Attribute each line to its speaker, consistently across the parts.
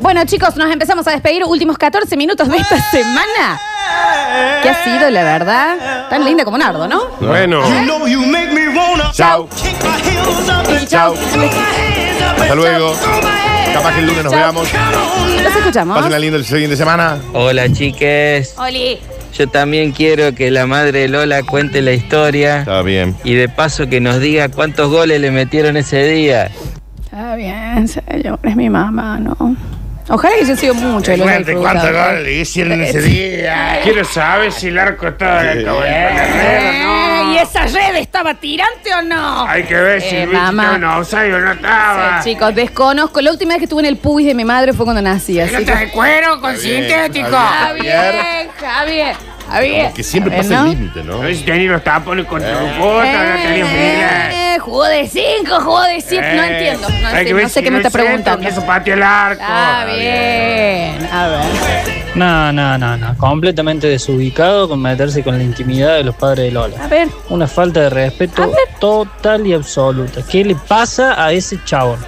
Speaker 1: Bueno, chicos, nos empezamos a despedir. Últimos 14 minutos de esta semana. Que ha sido, la verdad, tan linda como Nardo, ¿no?
Speaker 2: Bueno,
Speaker 3: know you make me wanna
Speaker 2: Chao.
Speaker 3: kick my heels up and
Speaker 2: Chao.
Speaker 3: throw my hands up and
Speaker 2: Hasta luego.
Speaker 3: throw my hands
Speaker 2: Capaz que el lunes nos
Speaker 1: Chao.
Speaker 2: veamos.
Speaker 1: Los escuchamos.
Speaker 2: Pásenla linda el siguiente semana.
Speaker 4: Hola chiques,
Speaker 1: Oli.
Speaker 4: yo también quiero que la madre de Lola cuente la historia
Speaker 2: Está bien.
Speaker 4: y de paso que nos diga cuántos goles le metieron ese día.
Speaker 1: Está bien, señor. Es mi mamá, ¿no? Ojalá que haya sido mucho. el
Speaker 5: Cuente cuántos
Speaker 1: ¿eh?
Speaker 5: goles le hicieron ese día. ¿eh?
Speaker 6: Quiero saber si el arco estaba en la cabeza.
Speaker 1: Eh, ¿Y esa red estaba tirante o no?
Speaker 6: Hay que ver si
Speaker 1: Eh,
Speaker 6: el bicho
Speaker 1: mamá.
Speaker 6: estaba en offside o no estaba.
Speaker 1: Sí, chicos, desconozco. La última vez que estuve en el pubis de mi madre fue cuando nací, así
Speaker 5: Pelotas
Speaker 1: que...
Speaker 5: de cuero con sintético.
Speaker 1: Eh.
Speaker 2: está
Speaker 1: Javier, Javier, Javier.
Speaker 2: Que siempre
Speaker 1: Javier,
Speaker 2: pasa
Speaker 1: ¿no?
Speaker 2: el límite, ¿no?
Speaker 6: A ver si tenía los tapones con trucota, no tenía fila.
Speaker 1: Eh, jugó de 5, jugó de 7, no entiendo. No,
Speaker 6: Eh, Hay
Speaker 1: sé,
Speaker 6: que ver
Speaker 1: no sé
Speaker 6: si
Speaker 1: qué me
Speaker 6: no
Speaker 1: está
Speaker 6: es centro,
Speaker 1: preguntando.
Speaker 6: Que eso pateó el arco.
Speaker 1: Está bien, a ver.
Speaker 7: No, no, no, no. Completamente desubicado con meterse con la intimidad de los padres de Lola.
Speaker 1: A ver,
Speaker 7: Una falta de respeto
Speaker 1: A ver.
Speaker 7: total y absoluta. ¿Qué le pasa a ese chabón?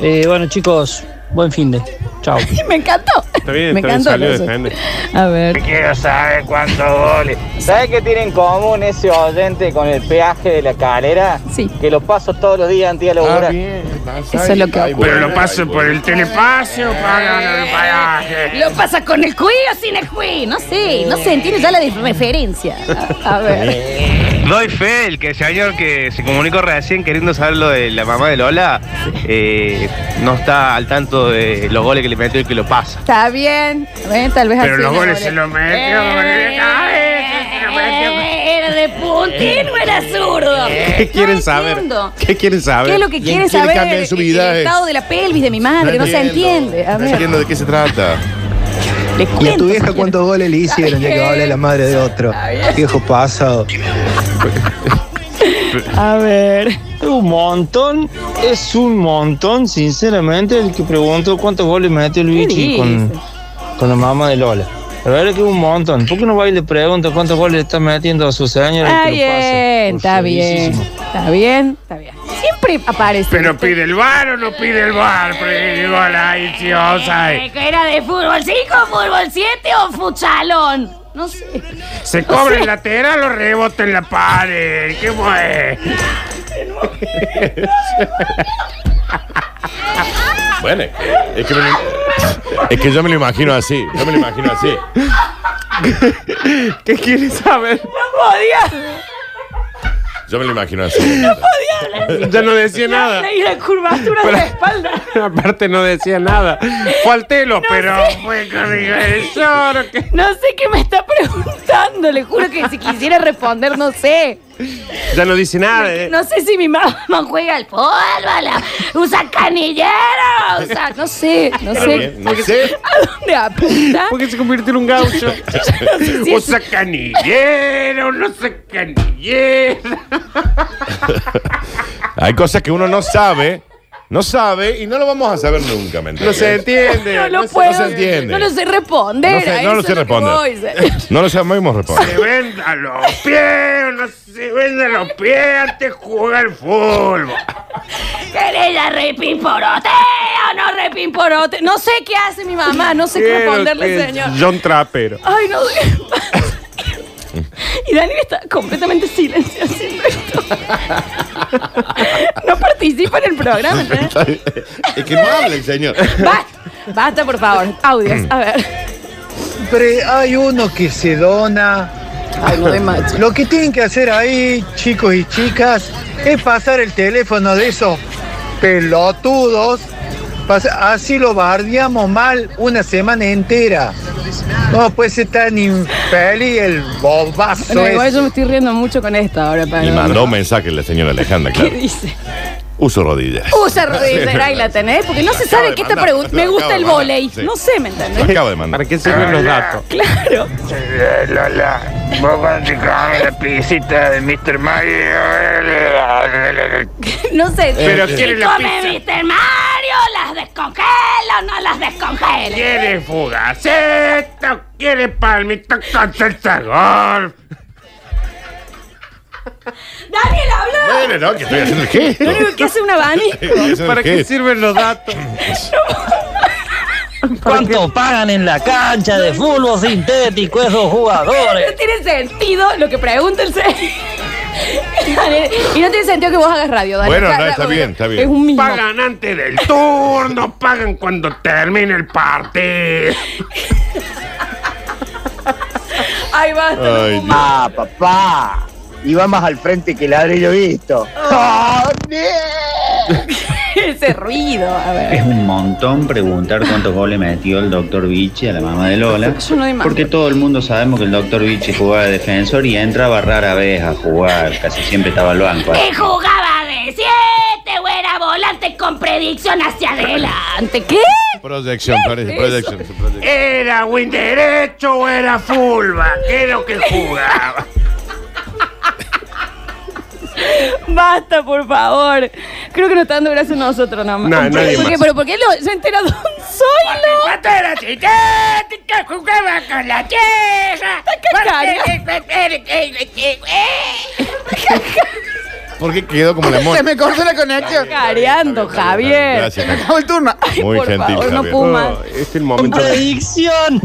Speaker 7: Eh, bueno, chicos, buen fin de. Chao.
Speaker 1: me encantó.
Speaker 2: Está bien,
Speaker 1: me
Speaker 2: está bien,
Speaker 1: encantó.
Speaker 2: salió,
Speaker 1: eso.
Speaker 2: depende.
Speaker 1: a ver.
Speaker 6: Quiero saber cuántos goles.
Speaker 4: ¿Sabes qué tiene en común ese oyente con el peaje de la calera?
Speaker 1: Sí.
Speaker 4: Que lo paso todos los días antes de
Speaker 2: Está
Speaker 4: laburar.
Speaker 2: bien. pasa
Speaker 1: Eso es lo
Speaker 2: ahí,
Speaker 1: que
Speaker 2: ahí,
Speaker 1: ocurre.
Speaker 2: bueno,
Speaker 6: Pero lo
Speaker 2: ahí,
Speaker 6: paso por
Speaker 2: bueno.
Speaker 6: el telepase o
Speaker 1: Eh,
Speaker 6: pagan el paraje.
Speaker 1: ¿Lo pasa con el cuí o sin el cuí? No sé, no se entiende ya la dif- referencia. A ver.
Speaker 8: Doy fe, el que señor que se comunicó recién queriendo saber lo de la mamá de Lola, eh, no está al tanto de los goles que le metió y que lo pasa.
Speaker 1: Está bien. Eh, tal vez
Speaker 6: Pero
Speaker 1: así
Speaker 6: los
Speaker 1: no
Speaker 6: goles
Speaker 1: le-
Speaker 6: se los metió con el cabeza, se los metió.
Speaker 1: Eh, Era de puntín o era zurdo.
Speaker 2: ¿Qué quieren
Speaker 1: No
Speaker 2: saber?
Speaker 1: entiendo.
Speaker 2: ¿Qué quieren saber?
Speaker 1: ¿Qué es lo que
Speaker 2: ¿Quién
Speaker 1: quiere
Speaker 2: quiere
Speaker 1: saber? eh,
Speaker 2: cambiar en su vida?
Speaker 1: el estado de la pelvis de mi madre, no, se
Speaker 2: entiendo.
Speaker 1: entiende. A
Speaker 2: No
Speaker 1: ver,
Speaker 2: entiendo de qué se trata.
Speaker 1: les
Speaker 9: ¿Y a
Speaker 1: cuento.
Speaker 9: tu vieja
Speaker 1: señores.
Speaker 9: cuántos goles le hicieron ya que va a hablar la madre de otro?
Speaker 4: Ah,
Speaker 9: Viejo pasado.
Speaker 1: A ver.
Speaker 7: Un montón, es un montón, sinceramente, el que preguntó cuántos goles metió el
Speaker 1: ¿Qué dice?
Speaker 7: bichi con, con la mamá de Lola. La verdad es que es un montón. ¿Por qué no va y le pregunta cuántos goles le está metiendo a su señora?
Speaker 1: Está
Speaker 7: y que lo pasa?
Speaker 1: bien,
Speaker 7: Por
Speaker 1: está bien,
Speaker 7: suavísimo.
Speaker 1: está bien, está bien. Siempre aparece.
Speaker 6: Pero pide el bar o no pide el bar, porque digo, ay, si offside.
Speaker 1: ¿Era de fútbol 5, fútbol 7 o fuchalón? No sé.
Speaker 6: Se cobra el lateral o rebota en la pared. ¿Qué fue?
Speaker 2: Bueno, es que, me lo- es que yo me lo imagino así. Yo me lo imagino así.
Speaker 6: ¿Qué quieres saber?
Speaker 2: Yo me lo imagino así.
Speaker 6: Ya no decía nada.
Speaker 1: Y la curvatura de la espalda.
Speaker 6: Aparte no decía nada. Fue al telo, pero fue corrigesor. ¿qué?
Speaker 1: No sé qué me está preguntando. Le juro que si quisiera responder, no sé.
Speaker 6: Ya no dice nada, ¿eh?
Speaker 1: No sé si mi mamá juega al fútbol, la- usa canillero, usa... No sé, no sé.
Speaker 2: No sé.
Speaker 1: ¿A dónde apunta?
Speaker 6: ¿Por qué se convirtió en un gaucho? O sacanillero, no sacanillero.
Speaker 2: Hay cosas que uno no sabe, no sabe y no lo vamos a saber nunca, ¿me
Speaker 6: No
Speaker 2: entiendes?
Speaker 6: se entiende.
Speaker 1: No lo
Speaker 6: se-
Speaker 1: puedo.
Speaker 2: no se entiende.
Speaker 1: No lo sé responder.
Speaker 2: No sé-
Speaker 1: a
Speaker 2: no lo
Speaker 1: eso es
Speaker 2: sé
Speaker 1: que
Speaker 2: responder.
Speaker 1: voy.
Speaker 2: No lo sabemos responder.
Speaker 6: Se vende a los pies, no se vende a los pies antes de jugar al fútbol.
Speaker 1: ¿Querés la repimporote o no repimporote? No sé qué hace mi mamá, no sé qué responderle, señor.
Speaker 6: John Trapero.
Speaker 1: Ay, no sé qué pasa. Y Daniel está completamente silencioso haciendo esto. No participa en el programa. ¿eh?
Speaker 2: es que no habla el señor.
Speaker 1: Ba- Basta, por favor. Audios, a ver.
Speaker 9: Siempre hay uno que se dona.
Speaker 1: Algo de macho.
Speaker 9: Lo que tienen que hacer ahí, chicos y chicas, es pasar el teléfono de esos pelotudos. Pas- Así lo bardeamos mal una semana entera. No puede ser tan infeliz el bobazo
Speaker 1: Bueno, igual
Speaker 9: ese.
Speaker 1: yo me estoy riendo mucho con esto ahora. Para
Speaker 2: Y mandó un mensaje la señora Alejandra,
Speaker 1: ¿Qué
Speaker 2: claro.
Speaker 1: dice?
Speaker 2: Uso rodillas.
Speaker 1: Usa rodillera y la tenés, porque no se sabe
Speaker 2: de
Speaker 1: qué está
Speaker 2: mandar,
Speaker 1: preguntando.
Speaker 2: lo
Speaker 1: Me
Speaker 2: acabo
Speaker 1: gusta
Speaker 2: de
Speaker 1: el
Speaker 2: mandar,
Speaker 1: volei.
Speaker 2: sí.
Speaker 1: No sé, ¿me
Speaker 2: Lo
Speaker 1: entendés?
Speaker 2: acabo de mandar.
Speaker 6: ¿Para qué sirven los datos?
Speaker 1: Claro.
Speaker 6: Lola, vos cuando te cagabas la piecita de Mr. Mario.
Speaker 1: No sé.
Speaker 6: Pero
Speaker 1: si
Speaker 6: quiere la
Speaker 1: come
Speaker 6: pizza.
Speaker 1: Mr. Mario, las descongelo, no las descongelo.
Speaker 6: ¿Quiere fugaceta o quiere palmito con salsa golf?
Speaker 1: Daniel habló.
Speaker 2: Bueno, no, que estoy haciendo el gesto.
Speaker 1: Lo único que hace un abanico.
Speaker 2: Estoy haciendo el
Speaker 6: ¿Para qué
Speaker 2: gesto.
Speaker 6: sirven los datos?
Speaker 7: ¿Cuánto pagan en la cancha de fútbol sintético esos
Speaker 1: No
Speaker 7: jugadores?
Speaker 1: tiene sentido lo que pregúntense. y no tiene sentido que vos hagas radio, Dani.
Speaker 2: Bueno,
Speaker 1: O sea,
Speaker 2: no, está
Speaker 1: bueno,
Speaker 2: bien, está bien.
Speaker 1: Es un mimo.
Speaker 6: Pagan antes del turno, pagan cuando termine el partido.
Speaker 1: Ay, basta. no
Speaker 2: Ay,
Speaker 1: fumo.
Speaker 9: Ah, papá. Iba más al frente que el ladrillo visto. Ah,
Speaker 1: Ese ruido. A ver.
Speaker 10: Es un montón preguntar cuántos goles metió el doctor Vichy a la mamá de Lola.
Speaker 1: Yo no doy más.
Speaker 10: Porque todo el mundo sabemos que el doctor Vichy jugaba de defensor y entraba rara vez a jugar. Casi siempre estaba al banco.
Speaker 1: jugaba de siete o era volante con predicción hacia adelante. ¿Qué?
Speaker 2: Proyección, parece.
Speaker 1: es
Speaker 2: Proyección. proyección.
Speaker 6: ¿Era win derecho o era fullback? ¿Qué es lo que jugaba?
Speaker 1: Basta, por favor. Creo que nos está dando gracia a nosotros nomás.
Speaker 6: No, nadie
Speaker 1: ¿Por qué?
Speaker 6: más.
Speaker 1: Pero ¿por qué lo, se entera Don Zoilo?
Speaker 6: Cuando era sintética, jugaba con la tierra. eh.
Speaker 2: ¿Por qué quedó como la
Speaker 11: Se
Speaker 2: mona?
Speaker 11: me cortó la conexión.
Speaker 1: Careando, Javier.
Speaker 2: Gracias, Javier.
Speaker 11: Acabó el turno.
Speaker 1: Ay,
Speaker 2: Muy
Speaker 1: por
Speaker 2: gentil,
Speaker 1: favor, no
Speaker 2: Javier.
Speaker 1: pumas.
Speaker 6: es el momento de
Speaker 7: ¡Predicción!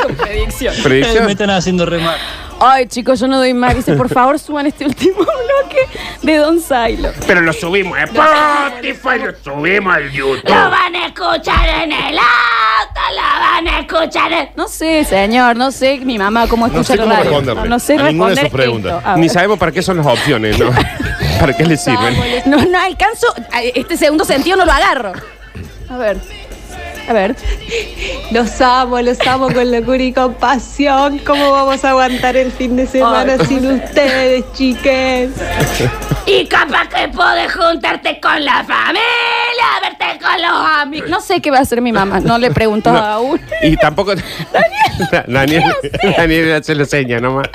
Speaker 1: Con predicción.
Speaker 7: Eh, Me
Speaker 6: predicción.
Speaker 7: están haciendo remar.
Speaker 1: Ay, chicos, yo no doy más. Dice, por favor, suban este último bloque de Don Silo.
Speaker 6: Pero lo subimos a Spotify, lo subimos al YouTube.
Speaker 1: van a escuchar en el auto, la van a escuchar en... No sé, señor, no sé mi mamá cómo
Speaker 2: No
Speaker 1: escucha
Speaker 2: sé
Speaker 1: el
Speaker 2: cómo
Speaker 1: radio.
Speaker 2: responderle.
Speaker 1: No, no sé
Speaker 2: A ninguna de
Speaker 1: responder
Speaker 2: sus preguntas.
Speaker 1: esto. A ver.
Speaker 6: Ni sabemos para qué son las opciones, ¿no? ¿Para qué le sirven?
Speaker 1: No, no alcanzo. a- Este segundo sentido no lo agarro. A ver. A ver.
Speaker 11: Los amo, los amo con locura y compasión. ¿Cómo vamos a aguantar el fin de
Speaker 1: semana
Speaker 11: sin ustedes, chiques?
Speaker 1: Y capaz que podés juntarte con la familia, verte con los amigos. No sé qué va a hacer mi mamá. No le pregunto
Speaker 6: No.
Speaker 1: aún.
Speaker 6: Y tampoco. Daniel. Daniel hace la seña nomás.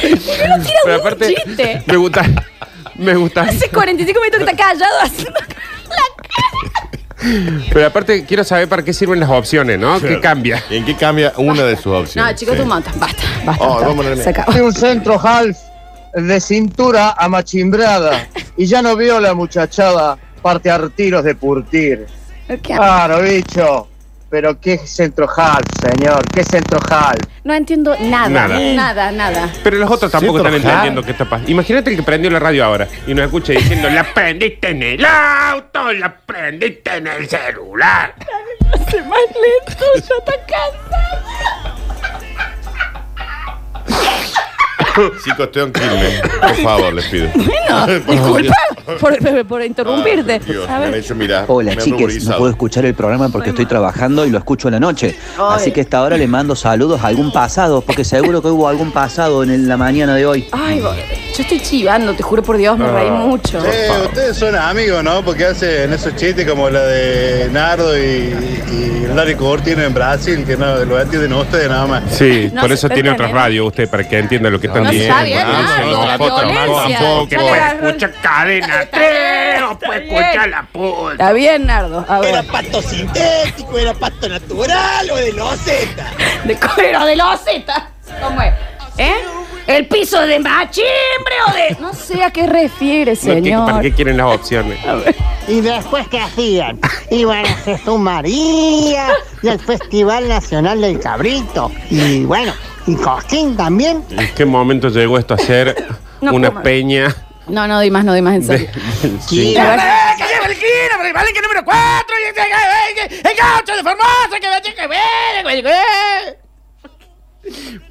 Speaker 1: No tira
Speaker 6: Pero
Speaker 1: un
Speaker 6: aparte,
Speaker 1: chiste.
Speaker 6: me gusta. Me gusta.
Speaker 1: Hace 45 minutos que está callado haciendo la cara.
Speaker 6: Pero aparte, quiero saber para qué sirven las opciones, ¿no? ¿Qué cambia?
Speaker 2: ¿En qué cambia una de sus
Speaker 1: No,
Speaker 2: opciones?
Speaker 1: chicos,
Speaker 2: Sí.
Speaker 1: tú montas. Basta, basta.
Speaker 2: Oh,
Speaker 1: basta,
Speaker 2: vamos a
Speaker 1: basta.
Speaker 2: la
Speaker 1: Se acabó.
Speaker 9: Tiene un centro half de cintura amachimbrada y ya no veo la muchachada partear tiros de purtir.
Speaker 1: Ok. ah.
Speaker 9: Claro, bicho. Pero qué centro half, señor, qué centro half.
Speaker 1: No entiendo nada. Nada,
Speaker 6: Nada.
Speaker 1: nada.
Speaker 6: Pero los otros tampoco
Speaker 2: Siento
Speaker 6: están
Speaker 2: raro.
Speaker 6: entendiendo qué está pasando. Imagínate el que prendió la radio ahora y nos escucha diciendo: La prendiste en el auto, la prendiste en el celular.
Speaker 1: Hace más lento, yo estoy cansada.
Speaker 2: Chicos, estoy en Quilmes. Por favor, les pido.
Speaker 1: Bueno, disculpa por, por- por interrumpirte.
Speaker 2: Dios,
Speaker 1: A
Speaker 2: me han
Speaker 1: ver.
Speaker 2: hecho mirar.
Speaker 10: Hola
Speaker 2: me han
Speaker 10: chiques, no
Speaker 2: ruborizado.
Speaker 10: puedo escuchar el programa porque estoy trabajando y lo escucho en la noche. Así que esta hora le mando saludos a algún pasado, porque seguro que hubo algún pasado en el- la mañana de hoy.
Speaker 1: Ay, bo- yo estoy chivando, te juro por Dios, me
Speaker 6: Ah,
Speaker 1: reí mucho.
Speaker 11: Eh, ustedes son amigos, ¿no? Porque hacen esos chistes como la de Nardo y, y Larry Curtino en Brasil, que no lo entienden ustedes nada más.
Speaker 6: Sí,
Speaker 1: No
Speaker 6: por
Speaker 1: se
Speaker 6: eso
Speaker 1: está
Speaker 6: tiene otras
Speaker 1: entendiendo.
Speaker 6: radios usted, para que entienda lo que están
Speaker 1: No
Speaker 2: También,
Speaker 6: diciendo.
Speaker 1: está
Speaker 6: Ah,
Speaker 1: bien,
Speaker 2: Marzo,
Speaker 1: nada,
Speaker 2: no,
Speaker 1: la
Speaker 2: Jota,
Speaker 1: violencia.
Speaker 2: Marzo,
Speaker 1: Ya
Speaker 6: Porque puede
Speaker 1: le agarró el-
Speaker 6: escuchar cadena
Speaker 1: Está bien,
Speaker 6: 3 o
Speaker 1: está
Speaker 6: puede
Speaker 1: bien.
Speaker 6: escuchar la puta.
Speaker 1: Está bien, Nardo. A ver.
Speaker 9: pasto sintético, era pasto natural o de loseta.
Speaker 1: De cuero de loseta. ¿Cómo es? ¿Eh? ¿El piso de machimbre o de.? No sé a qué refiere,
Speaker 6: No, ¿qué- ¿Para
Speaker 1: señor.
Speaker 6: qué quieren las opciones?
Speaker 11: Y después, ¿qué hacían? Iban a Jesús María y al Festival Nacional del Cabrito. Y bueno, y Cosquín también.
Speaker 6: ¿En qué momento llegó esto a ser
Speaker 1: No,
Speaker 6: una
Speaker 1: ¿cómo?
Speaker 6: peña?
Speaker 1: No, no doy más, no doy más en
Speaker 6: De,
Speaker 1: serio. La verdad-
Speaker 6: que lleva el giro, pero vale que número 4 y el gaucho de Formosa que que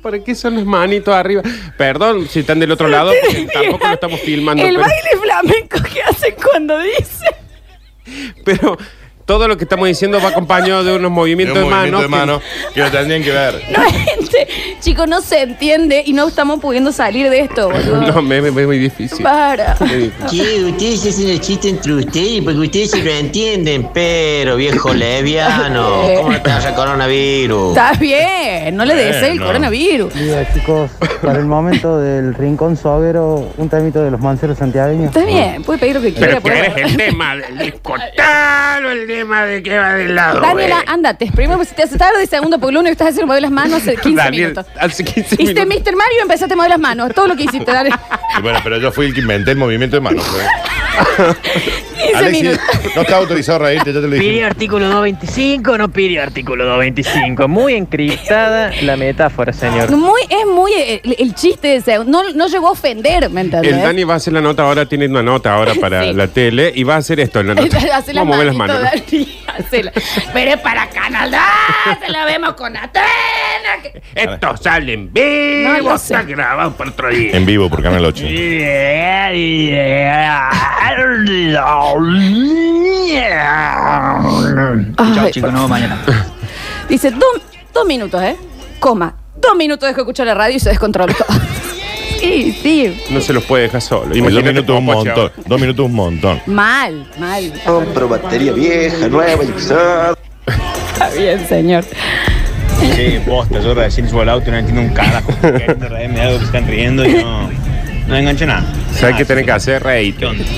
Speaker 6: ¿Para qué son las manitos arriba? Perdón si están del otro lado, porque tampoco lo estamos filmando.
Speaker 1: El
Speaker 6: pero-
Speaker 1: baile flamenco que hacen cuando dicen.
Speaker 6: Pero todo lo que estamos diciendo va acompañado de unos
Speaker 2: Tiene
Speaker 6: movimientos
Speaker 2: un
Speaker 6: de
Speaker 2: movimiento
Speaker 6: manos.
Speaker 2: de mano que lo tendrían que ver.
Speaker 1: No, gente, chicos, no se entiende y no estamos pudiendo salir de esto,
Speaker 6: que-
Speaker 1: boludo.
Speaker 6: No, me, me- me- es muy difícil.
Speaker 1: Para.
Speaker 10: Sí, ustedes hacen el chiste entre ustedes porque ustedes se lo entienden, pero viejo leviano,
Speaker 1: ¿cómo le
Speaker 10: estás el coronavirus?
Speaker 1: Eh, Está bien, no le
Speaker 2: Bueno.
Speaker 1: desees el coronavirus.
Speaker 9: eh, chicos, para el momento del rincón suavero, un temito de los manceros santiagueños.
Speaker 1: Está bien, puede pedir lo que quiera.
Speaker 6: Pero que
Speaker 1: por
Speaker 6: eres
Speaker 1: favor.
Speaker 6: el tema del disco tal o el tema de que va del lado.
Speaker 1: Daniela,
Speaker 6: eh.
Speaker 1: ándate. Primero, porque si te hace tarde, segundo, porque lo único que estás haciendo es mover las manos hace 15
Speaker 6: Daniel,
Speaker 1: ah, minutos.
Speaker 6: hace 15
Speaker 1: Hiciste
Speaker 6: minutos.
Speaker 1: Mr. Mario y empezaste a mover las manos. Todo lo que hiciste, Daniel.
Speaker 2: Y bueno, pero yo fui el que inventé el movimiento de manos. ¿eh? Alexis, no está autorizado a reírte, ya te lo
Speaker 12: Pidió
Speaker 2: dije.
Speaker 12: artículo 225, no pidió artículo 225. Muy encriptada la metáfora, señor.
Speaker 1: Muy, es muy el, el chiste ese. No, no llegó a ofender, ¿me entendés?
Speaker 6: El Dani va a hacer la nota ahora, tiene una nota ahora para
Speaker 1: Sí.
Speaker 6: la tele y va a hacer esto en la nota.
Speaker 1: Hace las
Speaker 6: Vamos a mover las manos.
Speaker 1: manitos, Dani, hacela. Pero es para Canadá, se la vemos con Atena. que-
Speaker 6: Esto sale en
Speaker 1: No
Speaker 6: vivo,
Speaker 1: lo sé.
Speaker 6: está grabado por otro día.
Speaker 2: En vivo por Canal 8.
Speaker 10: Chao, chicos, nos vemos mañana.
Speaker 1: Dice, dos, dos minutos, ¿eh? Coma. Dos minutos dejo de escuchar la radio y se descontroló todo. sí, sí.
Speaker 6: No se los puede dejar solo.
Speaker 2: Dos
Speaker 6: Imagínate
Speaker 2: minutos un
Speaker 6: cómo poche
Speaker 2: montón. Dos minutos un montón.
Speaker 1: Mal, mal.
Speaker 2: Compro batería vieja, nueva y
Speaker 1: Está bien, señor.
Speaker 13: Sí, posta, yo recién subo al auto y no entiendo un carajo. Queriendo reírme de algo que están riendo y no, no engancho nada. Ah,
Speaker 6: ¿Sabes qué tenés que hacer, Rey?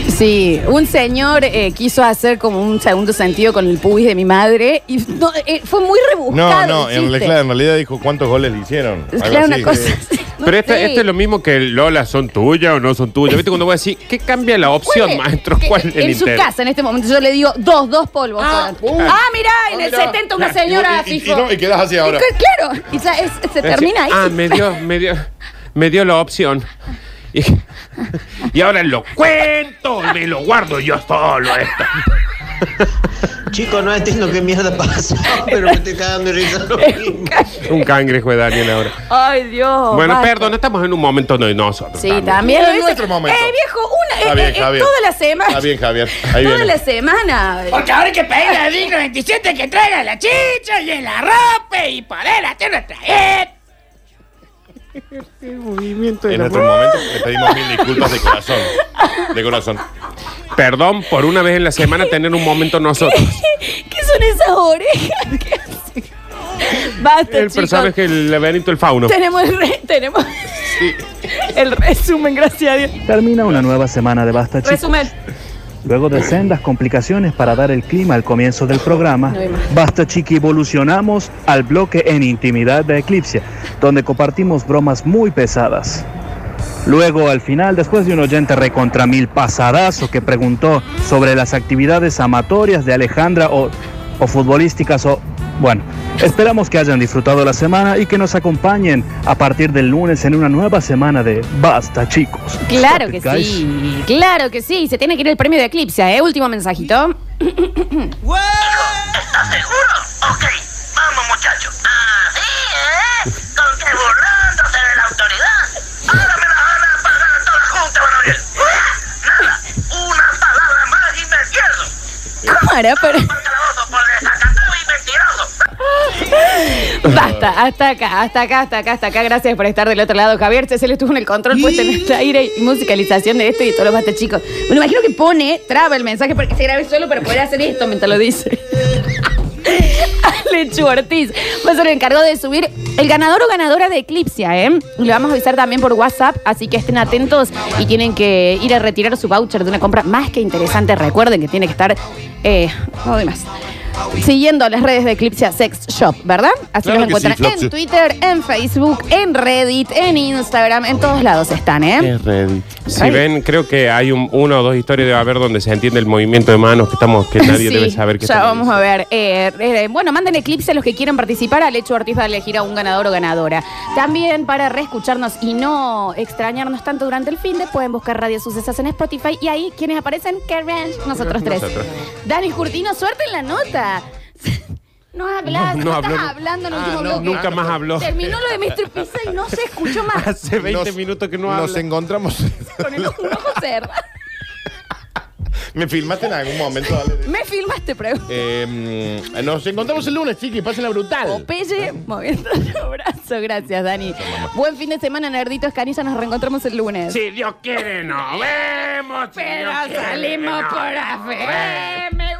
Speaker 1: Sí, un señor eh, quiso hacer como un segundo sentido con el pubis de mi madre y no, eh, fue muy
Speaker 2: No,
Speaker 1: rebuscado.
Speaker 2: no,
Speaker 1: el
Speaker 2: en,
Speaker 1: chiste.
Speaker 2: claro, en realidad dijo cuántos goles le hicieron.
Speaker 1: Es
Speaker 2: algo
Speaker 1: claro, una
Speaker 2: así.
Speaker 1: cosa
Speaker 6: Pero este, este es lo mismo que el Lola, ¿son tuyas o no son tuyas? ¿Viste cuando voy a decir, qué cambia la opción,
Speaker 1: ¿Cuál es?
Speaker 6: maestro?
Speaker 1: Que-
Speaker 6: ¿Cuál es el
Speaker 1: en su
Speaker 6: interés?
Speaker 1: casa, en este momento, yo le digo dos, dos polvos. Ah, ah mirá, en el 70 una señora
Speaker 2: Y- y- y-
Speaker 1: fijó.
Speaker 2: y no, y quedás así ahora.
Speaker 1: que- claro, y ya es- se termina ahí.
Speaker 6: Ah, me dio, me dio, me dio la opción. Y, y ahora lo cuento, me lo guardo yo solo esto.
Speaker 13: Chicos, no entiendo qué mierda pasó, pero me estoy cagando de risa. lo mismo.
Speaker 6: Un cangrejo de Daniel ahora.
Speaker 1: Ay, Dios.
Speaker 6: Bueno,
Speaker 1: Oh, basta.
Speaker 6: perdón, estamos en un momento de nosotros.
Speaker 1: Sí, también.
Speaker 2: Es
Speaker 1: lo dice,
Speaker 2: nuestro momento.
Speaker 1: Eh, viejo, una,
Speaker 2: Está
Speaker 1: eh,
Speaker 2: bien,
Speaker 1: eh, eh,
Speaker 2: Javier.
Speaker 1: toda la semana.
Speaker 2: Está bien, Javier. Ahí
Speaker 1: toda
Speaker 2: viene.
Speaker 1: la semana.
Speaker 5: Porque ahora hay que pedirle a Digno 27 que traiga la chicha y el arrope y poder hacer nuestra ed.
Speaker 2: En nuestro momento le pedimos mil disculpas de corazón. De corazón.
Speaker 6: Perdón por una vez en la semana tener un momento nosotros.
Speaker 1: Este ¿Qué son esas orejas? ¿Qué hacen? Basta,
Speaker 6: El
Speaker 1: chicos.
Speaker 6: personaje, el laberinto, el fauno.
Speaker 1: Tenemos el re- tenemos el resumen, gracias a Dios.
Speaker 14: Termina una nueva semana de Basta Chicos.
Speaker 1: Resumen.
Speaker 14: Luego de sendas complicaciones para dar el clima al comienzo del programa,
Speaker 1: No hay más.
Speaker 14: Basta Chiqui evolucionamos al bloque en intimidad de Eclipse, donde compartimos bromas muy pesadas. Luego, al final, después de un oyente recontra mil pasadazo que preguntó sobre las actividades amatorias de Alejandra o, o futbolísticas o... Bueno, esperamos que hayan disfrutado la semana y que nos acompañen a partir del lunes en una nueva semana de Basta Chicos.
Speaker 1: Claro que
Speaker 14: Stop it, guys.
Speaker 1: sí, claro que sí. Se tiene que ir el premio de Eclipse, ¿eh? Último mensajito.
Speaker 3: ¿Estás seguro? Ok, vamos muchachos. Así, ¿eh? Con que burlándose de la autoridad. Ahora me la van a pagar toda junta, Manuel. Nada, una palabra más y me pierdo.
Speaker 1: Para, para. Basta, hasta acá, hasta acá, hasta acá, hasta acá. Gracias por estar del otro lado, Javier. Se le estuvo en el control puesto en el aire y musicalización de esto y todo lo basta, chicos. Me lo imagino que pone, traba el mensaje para que se grabe solo para poder hacer esto mientras lo dice. Lechu Ortiz Pues va a ser el encargado de subir el ganador o ganadora de Eclipsia, ¿eh? Le vamos a avisar también por WhatsApp, así que estén atentos y tienen que ir a retirar su voucher de una compra más que interesante. Recuerden que tiene que estar, eh, no doy más. Siguiendo las redes de Eclipsia Sex Shop, ¿verdad? Así
Speaker 2: Claro
Speaker 1: los
Speaker 2: que sí,
Speaker 1: encuentran
Speaker 2: Flop, sí.
Speaker 1: en Twitter, en Facebook, en Reddit, en Instagram, en todos lados están, ¿eh?
Speaker 6: Si ven, creo que hay un- una o dos historias de haber donde se entiende el movimiento de manos que estamos, que nadie
Speaker 1: Sí,
Speaker 6: debe saber que
Speaker 1: ya
Speaker 6: estamos.
Speaker 1: vamos a ver. Eh, eh, bueno, manden Eclipse a los que quieran participar. Al hecho Ortiz va a elegir a un ganador o ganadora. También para reescucharnos y no extrañarnos tanto durante el fin de, pueden buscar Radio Sucesas en Spotify. Y ahí, quienes aparecen? Karen, nosotros tres.
Speaker 6: Nosotros.
Speaker 1: Dani Curtino, suerte en la nota. No hablas,
Speaker 6: No,
Speaker 1: no,
Speaker 6: no habló,
Speaker 1: estás
Speaker 6: no.
Speaker 1: hablando en el
Speaker 6: Ah,
Speaker 1: último
Speaker 6: no,
Speaker 1: bloque.
Speaker 6: nunca más habló. Ah,
Speaker 1: Terminó lo de Mr. Pizza y no se escuchó más.
Speaker 6: Hace 20
Speaker 2: Nos-
Speaker 6: minutos que no habla.
Speaker 2: Nos encontramos.
Speaker 1: Con el ojo un ojo cerrado.
Speaker 2: ¿Me filmaste en algún momento? Ale?
Speaker 1: Me filmaste, pregunto.
Speaker 2: Eh, mm, nos encontramos el lunes, chiqui. Pásenla brutal.
Speaker 1: Popeye moviendo el brazo. Gracias, Dani. Buen fin de semana, Nerditos Canilla. Nos reencontramos el lunes.
Speaker 6: Si Dios quiere, nos vemos. si
Speaker 1: Pero
Speaker 6: Dios quiere,
Speaker 1: salimos
Speaker 6: nos
Speaker 1: por
Speaker 6: vemos.
Speaker 1: AFM.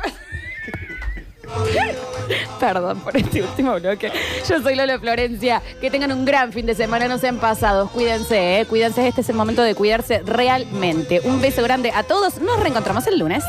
Speaker 1: Perdón por este último bloque. Yo soy Lola Florencia. Que tengan un gran fin de semana. No sean pasados. Cuídense, ¿eh? Cuídense. Este es el momento de cuidarse realmente. Un beso grande a todos. Nos reencontramos el lunes.